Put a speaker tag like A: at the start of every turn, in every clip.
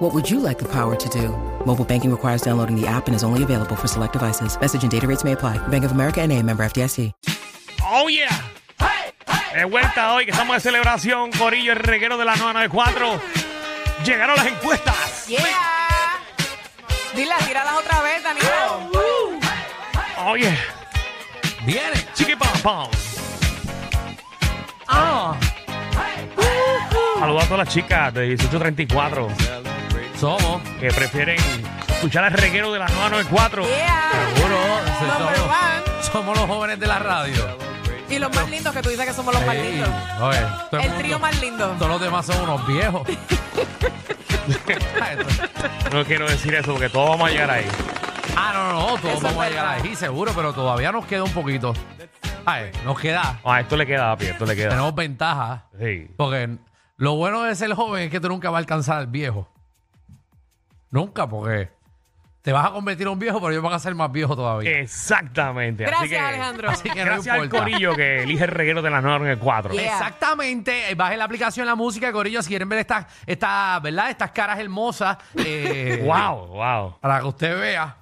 A: What would you like the power to do? Mobile banking requires downloading the app and is only available for select devices. Message and data rates may apply. Bank of America and a member FDIC.
B: ¡Oh, yeah! De vuelta hoy que estamos de celebración, Corillo, el reguero de la 994. Llegaron las encuestas.
C: Yeah. Dila, tíralas otra vez, Danilo.
B: ¡Oh, yeah!
D: Viene.
B: Chiqui pam pam. Ah. Uh-huh. Saludos a todas las chicas de 1834
D: Somos.
B: que prefieren escuchar el reguero de la 994.
C: Yeah.
D: Seguro.
C: Number
D: Somos, somos los jóvenes de la radio.
C: Y los más lindos que tú dices que somos los más
D: Ey,
C: lindos.
D: oye, todo
C: El
D: mundo-
C: trío más lindo.
D: Todos los demás son unos viejos.
B: No quiero decir eso porque todos vamos a llegar ahí.
D: ah, no, no, no. Todos
C: Eso
D: vamos a
C: es
D: llegar
C: verdad.
D: ahí, seguro, pero todavía nos queda un poquito. Ay, nos queda.
B: Ah, esto le queda a pie, esto le queda.
D: Tenemos ventaja.
B: Sí.
D: Porque lo bueno de ser joven es que tú nunca vas a alcanzar al viejo. Nunca, porque te vas a convertir en un viejo, pero yo van a ser más viejo todavía.
B: Exactamente. Así
C: Gracias,
B: que-
C: Alejandro.
D: Así que no
B: Eh, Gracias al
D: importa.
B: Corillo que elige el reguero de la 994.
C: Yeah.
D: Exactamente, Eh, baje la aplicación La Música, Corillo, si quieren ver estas, estas, ¿verdad? Estas caras hermosas. eh,
B: ¡Wow! ¡Wow!
D: Para que usted vea.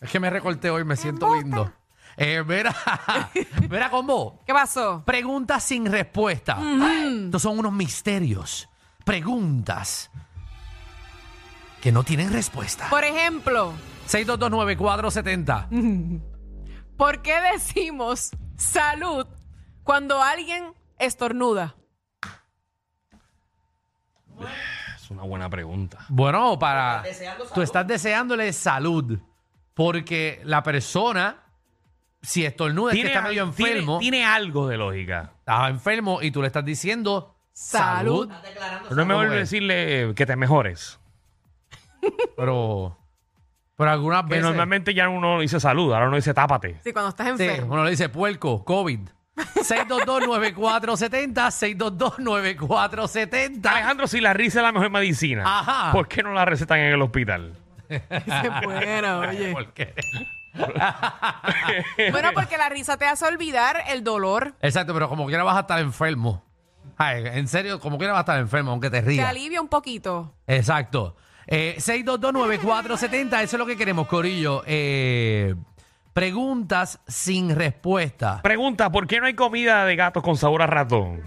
D: Es que me recorté hoy, me siento lindo. Eh, mira, mira combo.
C: ¿Qué pasó?
D: Preguntas sin respuesta. Estos son unos misterios. Preguntas que no tienen respuesta.
C: Por ejemplo,
D: 6229470.
C: ¿por qué decimos salud cuando alguien estornuda?
B: Es una buena pregunta.
D: Bueno, para. Tú estás deseándole salud. Porque la persona, si estornuda, es que Pues está
B: al-
D: medio enfermo.
B: Tiene, tiene algo de lógica.
D: Está enfermo y tú le estás diciendo salud.
C: Salud.
B: Pero no es mejor
D: ¿Cómo es?
B: decirle eh, que te mejores.
D: Pero. Pero algunas
B: Que
D: veces.
B: normalmente ya uno dice salud, ahora uno dice tápate.
C: Sí, cuando estás
D: Sí,
C: enfermo.
D: uno le dice puerco, COVID. 622-9470, 622-9470.
B: Alejandro, si la risa es la mejor medicina,
D: Ajá.
B: ¿por qué no la recetan en el hospital?
C: Se bueno, oye.
D: ¿Por qué?
C: Bueno, porque la risa te hace olvidar el dolor.
D: Exacto, pero como quiera vas a estar enfermo. Ay, en serio, como quiera vas a estar enfermo, aunque te
C: Te
D: rías.
C: alivia un poquito.
D: Exacto. Eh, 6229470, eso es lo que queremos, Corillo. Eh, preguntas sin respuesta.
B: Pregunta, ¿por qué no hay comida de gatos con sabor a ratón?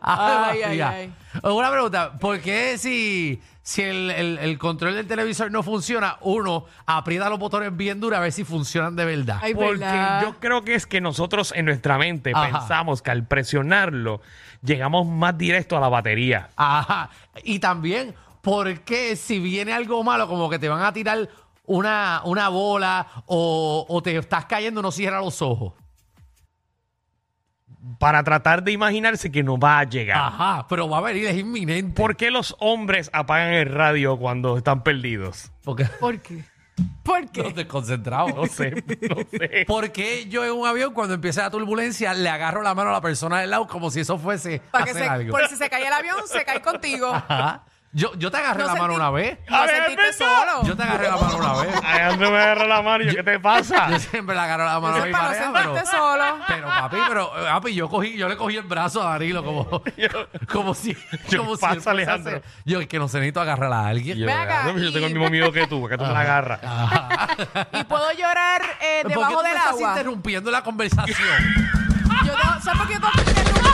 C: Ay, ay,
D: Mira,
C: ay.
D: Una pregunta, ¿por qué si, si el, el- el control del televisor no funciona, uno aprieta los botones bien duros a ver si funcionan de verdad?
C: Ay,
B: Porque
C: ¿verdad?
B: yo creo que es que nosotros en nuestra mente
D: Ajá.
B: pensamos que al presionarlo llegamos más directo a la batería.
D: Ajá. Y también, ¿por qué si viene algo malo, como que te van a tirar una, una bola o, o te estás cayendo, no cierra los ojos?
B: Para tratar de imaginarse que no va a llegar.
D: Ajá, pero va a venir, es inminente.
B: ¿Por qué los hombres apagan el radio cuando están perdidos?
D: Porque
C: ¿Por qué? ¿Por qué?
D: los desconcentrados.
B: No sé, no sé.
D: ¿Por qué yo en un avión, cuando empieza la turbulencia, le agarro la mano a la persona del lado como si eso fuese
C: Para que
D: hacer
C: se,
D: algo?
C: por si se cae el avión, se cae contigo.
D: Ajá. Yo, yo te agarré
C: No
D: la mano
C: sentí-
D: una vez.
B: A
C: No
B: ver,
C: sentiste
B: venga.
C: solo.
D: Yo te agarré la mano una vez.
B: Alejandro me agarra la mano y yo, ¿qué te pasa?
D: Yo siempre le agarro la mano a
C: Eso
D: mi
C: es para no
D: pareja, pero...
C: sentirte solo.
D: Pero papi, pero eh, papi, yo cogí, yo le cogí el brazo a Danilo como, como si,
B: Yo,
D: como si
B: pasa,
D: él fuese a
B: Alejandro.
D: hacer- yo es que no sé necesito agarrar a alguien.
B: Yo,
C: Ven acá, Ah,
B: Alejandro, yo tengo el
C: y-
B: mismo miedo que tú, que tú me la agarras.
C: Y puedo llorar eh,
D: ¿Por qué
C: debajo
D: tú me
C: del
D: estás
C: agua.
D: interrumpiendo la conversación?
C: Yo no, ¿Sabes por qué tú te interrumpir?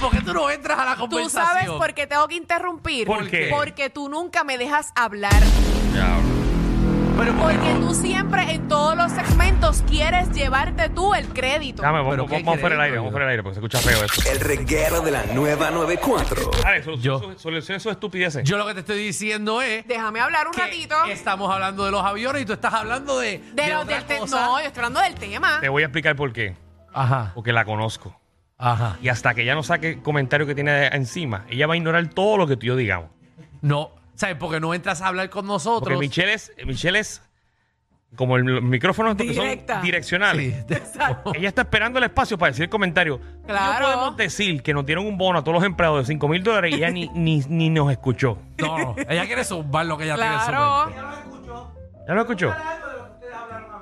D: ¿Por qué tú no entras a la
C: Tú
D: conversación?
C: sabes por qué tengo que interrumpir.
B: ¿Por qué?
C: Porque tú nunca me dejas hablar.
D: Pero, ¿por qué
C: Porque
D: no?
C: tú siempre en todos los segmentos quieres llevarte tú el crédito.
B: Dame, vamos,
D: Pero qué
B: vamos fuera del
D: crédito,
B: aire, vamos
D: yo.
B: fuera del aire, porque se escucha feo eso.
E: El reguero de la nueva 94.
B: Dale, solu-
D: Yo-
B: solu- soluciona sus estupideces.
D: Yo lo que te estoy diciendo es
C: Déjame hablar un
D: que
C: ratito.
D: estamos hablando de los aviones y tú estás hablando de,
C: de
D: de
C: los
D: otra
C: del te-
D: cosa.
C: No, eh. yo estoy hablando del tema.
B: Te voy a explicar por qué.
D: Ajá,
B: Porque la conozco.
D: ajá.
B: Y hasta que ella no saque el comentario que tiene encima, ella va a ignorar todo lo que tú y yo digamos.
D: No, ¿Sabes? Porque no entras a hablar con nosotros.
B: Porque Michelle es, Michelle es como el, los micrófonos estos que
C: Directa.
B: son direccionales.
D: Sí.
B: Ella está esperando el espacio para decir el comentario.
C: Claro.
B: No
D: Oh.
B: podemos decir que nos dieron un bono a todos los empleados de 5 mil dólares y ella ni, ni, ni nos escuchó.
F: No, no, ella quiere zumbar lo que ella tiene en su
C: Claro.
B: ¿Ya nos escuchó?
D: mente.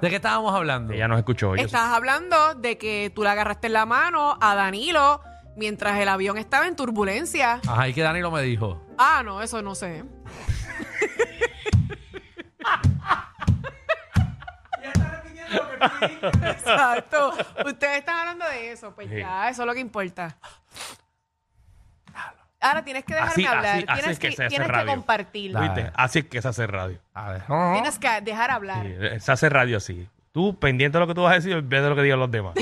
D: ¿De qué estábamos hablando?
B: Ella nos escuchó. yo sé.
C: Estás hablando de que tú le agarraste la mano a Danilo mientras el avión estaba en turbulencia.
D: Ajá, y que Danilo me dijo.
C: Ah, no, eso no sé. Exacto. Ustedes están hablando de eso, pues
B: Sí.
C: ya, eso es lo que importa. Ahora tienes que dejarme
B: Así- así-
C: hablar,
B: así
C: tienes,
B: es que
C: que,
B: se hace
C: tienes que
B: radio.
C: compartir,
D: Claro.
B: ¿Viste? Así es que se hace radio.
D: A ver.
C: tienes que dejar hablar.
B: Sí, se hace radio así. Tú, pendiente de lo que tú vas a decir, olvídate de lo que digan los demás.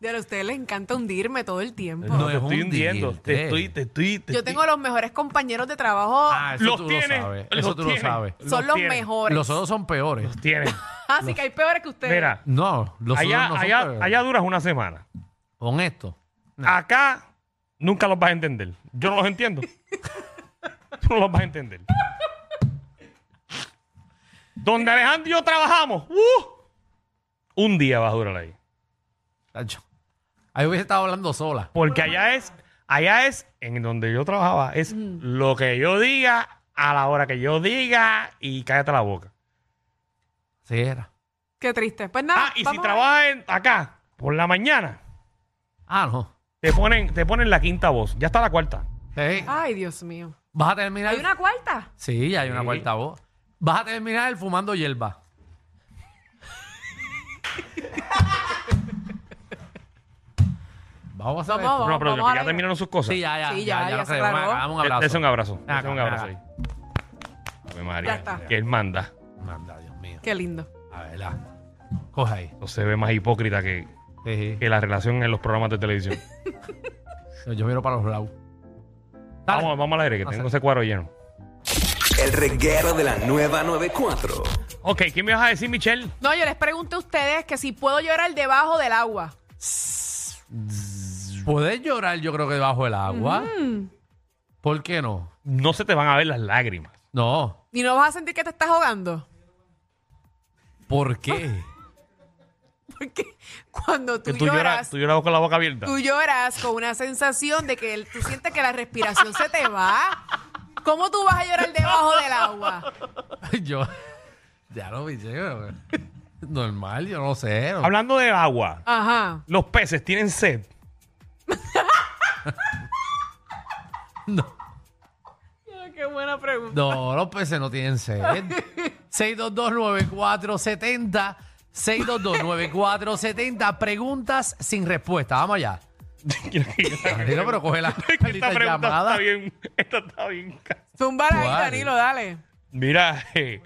C: De a ustedes les encanta hundirme todo el tiempo.
D: No,
B: te
D: es
B: estoy hundiendo.
D: hundirte.
B: Te estoy, te estoy. te
C: Yo
B: estoy-
C: tengo los mejores compañeros de trabajo,
D: Ah, eso
B: Los
D: tú
B: tienes,
D: lo sabes.
B: los
D: Eso tú
B: tienes.
D: lo sabes.
C: son los,
B: los tienes.
C: mejores.
D: Los otros son peores.
B: Tienes.
C: Así que hay peores que ustedes.
B: Mira,
D: No, los
B: allá,
D: otros no son
B: allá,
D: peores.
B: allá duras una semana.
D: Con esto.
B: Acá nunca los vas a entender. Yo no los entiendo. Tú no los vas a entender. Donde Alejandro y yo trabajamos. ¡uh! un día vas a durar ahí.
D: Tacho. Ahí hubiese estado hablando sola.
B: Porque allá es, allá es, en donde yo trabajaba, es lo que yo diga a la hora que yo diga y cállate la boca.
D: Sí, era.
C: Qué triste. Pues nada.
B: Ah, y si
C: vamos a-
B: trabajas en- acá por la mañana,
D: Ah, no.
B: te ponen, te ponen la quinta voz. Ya está la cuarta.
D: Ey,
C: Ay, Dios mío.
D: Vas a terminar.
C: Ah. ¿Hay una cuarta?
D: Sí, ya hay una
B: Sí.
D: cuarta voz. Vas a terminar el fumando hierba. Vamos a hacer
C: Vamos,
D: esto.
B: no, pero
C: vamos a
B: ya
C: la-
B: terminaron sus cosas.
D: Sí, ya, ya.
C: Sí, ya, ya
D: lo sé.
C: se aclaró.
D: Bueno, Dame Este un abrazo. Ah,
B: Dese un abrazo. dese
D: Acá,
B: un abrazo
D: acá.
B: ahí. Ave María,
C: Ya está.
B: Que él manda.
D: Manda, Dios mío.
C: Qué lindo.
D: A ver, la- coge ahí.
B: No se ve más hipócrita que,
D: Sí, sí.
B: que la relación en los programas de televisión.
D: Yo miro para los lados. Dale.
B: vamos, vamos al aire, que tengo ese cuadro lleno.
E: El reguero de la nueva 94.
B: Ok, ¿qué me vas a decir, Michelle?
C: No, yo les pregunto a ustedes que si puedo llorar debajo del agua.
D: Puedes llorar, yo creo que debajo del agua. ¿Por qué no?
B: No se te van a ver las lágrimas.
D: No.
C: ¿Y no vas a sentir que te estás ahogando?
D: ¿Por qué?
C: Porque cuando tú,
B: Que tú,
C: lloras,
B: lloras, tú lloras con la boca abierta.
C: tú lloras con una sensación de que el- tú sientes que la respiración se te va. ¿Cómo tú vas a llorar debajo del agua?
D: yo. Ya lo vi, pero- eh, Normal, yo no sé. no-
B: Hablando del agua,
C: Ajá.
B: los peces tienen sed.
D: No,
C: Qué buena pregunta.
D: no, los peces no tienen sed. 6229470. 6229470. Preguntas sin respuesta. Vamos allá. Danilo, pero coge la
B: Esta
D: maldita
B: pregunta
D: llamada.
B: está bien. Esta está bien. ca-
C: Zúmbala ahí,
D: ¿Cuál?
C: Danilo, dale.
B: Mira, eh,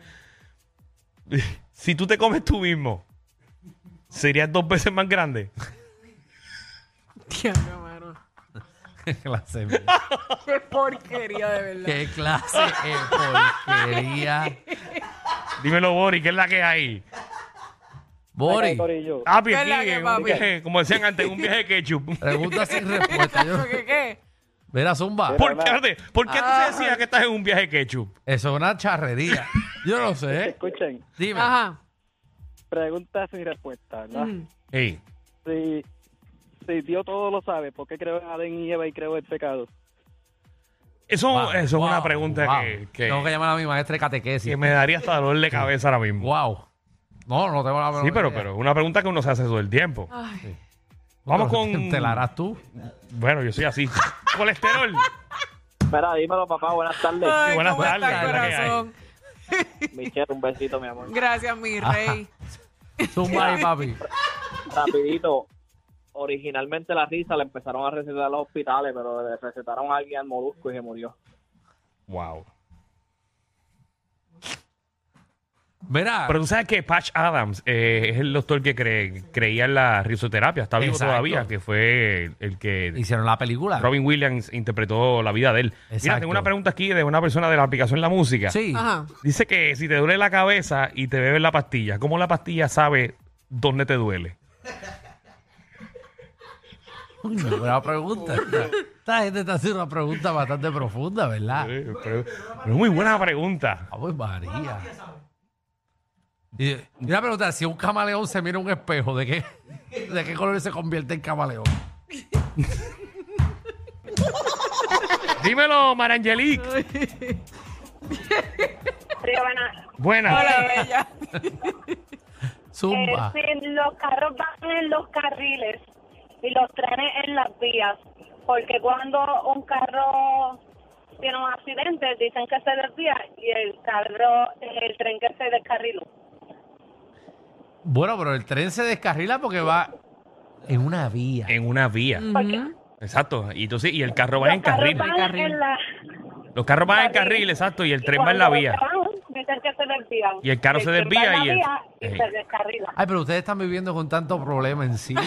B: si tú te comes tú mismo, serías dos veces más grande.
C: Diablo, mano.
D: Qué clase, mía.
C: Qué porquería, de verdad.
D: qué clase de porquería.
B: Dímelo, Bori, ¿qué es la que hay?
D: Boris,
B: Papi,
C: ¿Qué es
B: aquí,
C: la que,
B: en un
C: papi?
B: viaje, como decían antes, en un viaje de ketchup.
D: preguntas sin respuesta. Yo,
C: ¿Qué, qué?
D: mira, Zumba.
B: ¿Por qué, espérate, ¿por qué
C: Ah.
B: tú se decías que estás en un viaje de ketchup?
D: Eso es una charrería. Yo no sé.
G: Escuchen,
D: Dime.
C: Ajá.
G: preguntas sin respuesta, ¿verdad?
B: Ey,
G: Si, si Dios todo lo sabe, ¿por qué creó a Adán y Eva y creó el pecado?
B: Eso,
D: Wow,
B: eso
D: wow,
B: es una pregunta
D: wow.
B: que, que-
D: Tengo que llamar a mi maestra de
B: que
D: catequesis.
B: me daría hasta dolor de cabeza ahora mismo.
D: Wow. No, no tengo la menor
B: Sí, pero,
D: idea.
B: pero es una pregunta que uno se hace todo el tiempo.
C: Ay.
B: Vamos
D: Pero
B: con.
D: Te la harás tú.
B: Bueno, yo soy así. Colesterol.
G: Mira, dímelo, papá, buenas tardes.
C: Ay,
B: buenas
C: ¿cómo
B: tardes,
C: está el
B: ¿verdad que hay?
C: corazón?
G: Michelle, un besito, mi amor.
C: Gracias, mi rey.
D: Zumba ahí, papi.
G: Rapidito, originalmente la risa la empezaron a recetar a los hospitales, pero le recetaron a alguien al molusco y se murió.
B: Wow.
D: Mira,
B: Pero tú sabes que Patch Adams eh, es el doctor que cree- creía en la risoterapia. Está vivo
D: Exacto.
B: todavía, que fue el, el que.
D: hicieron la película.
B: Robin Williams interpretó la vida de él. Mira,
D: Ah. Exacto.
B: tengo una pregunta aquí de una persona de la aplicación La Música.
D: Sí.
C: Ajá.
B: Dice que si te duele la cabeza y te bebes la pastilla, ¿cómo la pastilla sabe dónde te duele?
D: Uy, me buena pregunta. Esta gente está haciendo una pregunta bastante profunda, ¿verdad?
B: Eh, Pero, pero es muy buena pregunta.
D: Vamos, María. Y, y una pregunta, si un camaleón se mira en un espejo, ¿de qué, ¿de qué color se convierte en camaleón?
B: Dímelo, Marangelique.
H: Rebana-
B: Buena.
C: Hola, bella.
D: Zumba.
H: Eh, sí, los carros van en los carriles y los trenes en las vías, porque cuando un carro tiene un accidente dicen que se desvía y el carro, el tren que se descarriló.
D: Bueno, pero el tren se descarrila porque va en una vía.
B: En una vía.
H: Porque
B: Exacto. Y entonces, y el carro va en
H: los carros
B: carril.
H: van
C: carril.
H: en la
B: Los carros van en
H: carril.
B: carril, exacto, y el
H: y
B: tren va en la
H: cuando
B: vía.
H: se van, dicen que se desvían.
B: Y el carro se
H: tren va en
B: desvía
H: la
B: y el-
H: vía y
B: Ey.
H: se descarrila.
D: Ay, pero ustedes están viviendo con tanto problema encima.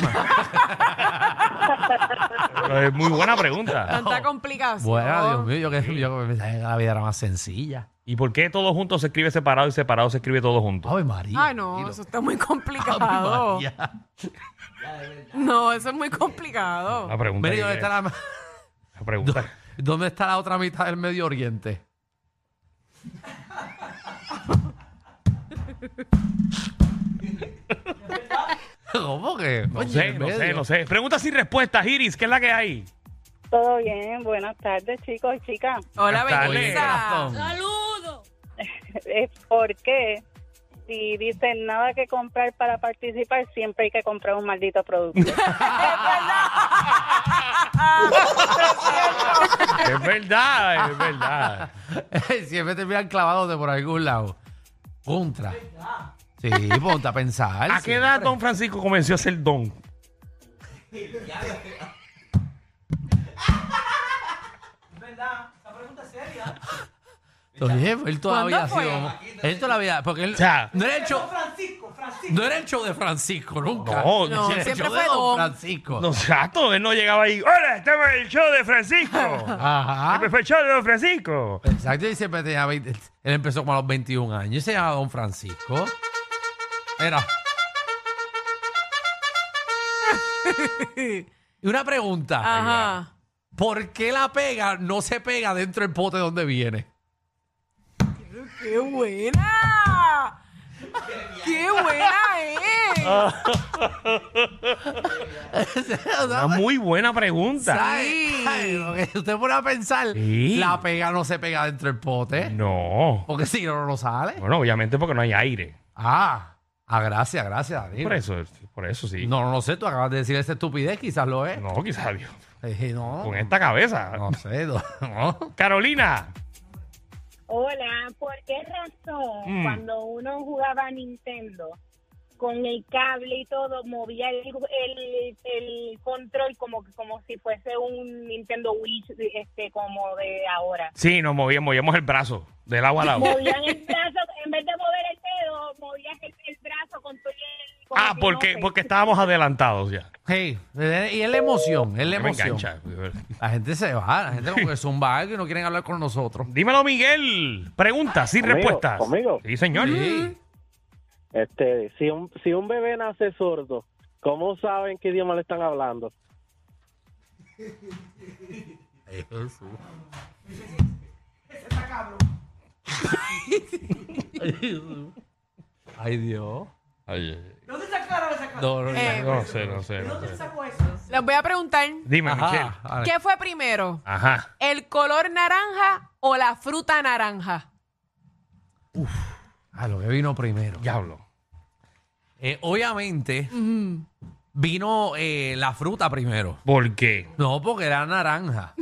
B: Pero Es muy buena pregunta.
C: Tanta complicación.
D: bueno, Dios mío, yo que yo que pensaba que la vida era más sencilla.
B: ¿Y por qué todo junto se escribe separado y separado se escribe todo junto?
D: Ay, María.
C: Ay, Ah, no,
D: tranquilo.
C: eso está muy
D: Ave
C: complicado.
D: María.
C: No, eso es muy complicado.
B: La pregunta.
D: Ah. Mira, ¿y
B: que-
D: ¿dónde está la,
B: la pregunta.
D: ¿dónde está la otra mitad del Medio Oriente? ¿Cómo que?
B: No
D: Oye,
B: sé,
D: en
B: no sé,
D: medio.
B: no sé. Preguntas y respuestas, Iris, ¿qué es la que hay?
H: Todo bien, buenas tardes chicos y chicas.
C: Hola,
B: Buenas tardes,
D: corazón.
C: belleza.
H: es porque Eh, si dicen nada que comprar para participar, siempre hay que comprar un maldito producto.
B: Es verdad, es verdad.
D: Siempre te miran clavados de por algún lado. Contra. Sí, ponte a pensar.
B: ¿A qué
D: siempre.
B: edad don Francisco comenzó a ser don?
D: Oye, él todavía ha
C: ¿Cuándo
D: sido. Él todavía. Porque él.
B: O sea-
D: no era el show. No era el show de Francisco nunca.
B: No,
D: Era
C: no,
D: el
C: siempre
D: show
C: fue
D: de don,
C: don.
D: Francisco.
B: No, exacto, él no llegaba ahí. ¡Hola! Estamos en el show de Francisco.
D: Ah. Ajá.
B: Siempre fue el show de don Francisco.
D: Exacto, y siempre tenía 20 Él empezó como a los 21 años. Y se llamaba Don Francisco. Era. Y una pregunta.
C: Ajá.
D: ¿Por qué la pega no se pega dentro del pote donde viene?
C: ¡Qué buena! ¡Qué buena es!
D: Ah.
B: Una muy buena pregunta.
D: Ay, ay, lo que usted pone a pensar,
B: Sí.
D: la pega no se pega dentro del pote.
B: No.
D: Porque si no, no sale.
B: Bueno, obviamente porque no hay aire.
D: Ah, ah, gracias, gracias, Danilo.
B: Por eso, por eso sí.
D: No, no, no sé, tú acabas de decir esa estupidez, quizás lo es.
B: No, quizás Dios.
D: Eh, no,
B: Con esta cabeza.
D: no sé, no, no.
B: Carolina.
H: Hola, ¿por qué razón
B: Mm.
H: cuando uno jugaba a Nintendo con el cable y todo, movía el, el- el control como, como si fuese un Nintendo Wii este, como de ahora?
B: Sí, nos movíamos, movíamos el brazo del agua al agua.
H: Movían el brazo, en vez de mover el dedo, movías el, el brazo con todo el... como
B: Ah,
H: si no
B: porque,
H: se-
B: porque estábamos adelantados ya.
D: Hey, eh, y es la emoción, es la
B: Me
D: emoción.
B: engancha.
D: La gente se va, la gente como que zumba algo y no quieren hablar con nosotros.
B: Dímelo, Miguel. Preguntas y
G: ¿Conmigo?
B: respuestas.
G: ¿Conmigo?
B: Sí, señor.
D: Sí.
G: Este, si un, si un bebé nace sordo, ¿cómo saben qué idioma le están hablando?
D: Ay, Dios.
B: Ay, ay,
D: No, no,
C: Eh,
B: no sé, no sé. no sé.
C: Les voy a preguntar,
B: Dime, Michelle.
D: Ajá. Ahora,
C: ¿qué fue primero?
B: Ajá.
C: ¿El color naranja o la fruta naranja?
D: Ah, lo que vino primero.
B: Diablo.
D: Eh, obviamente, vino eh, la fruta primero.
B: ¿Por qué?
D: No, porque era naranja.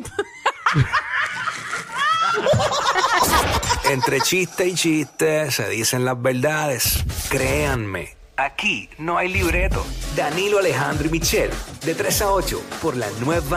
E: Entre chiste y chiste se dicen las verdades. Créanme, aquí no hay libreto. Danilo Alejandro y Michel, de 3 a 8, por la nueva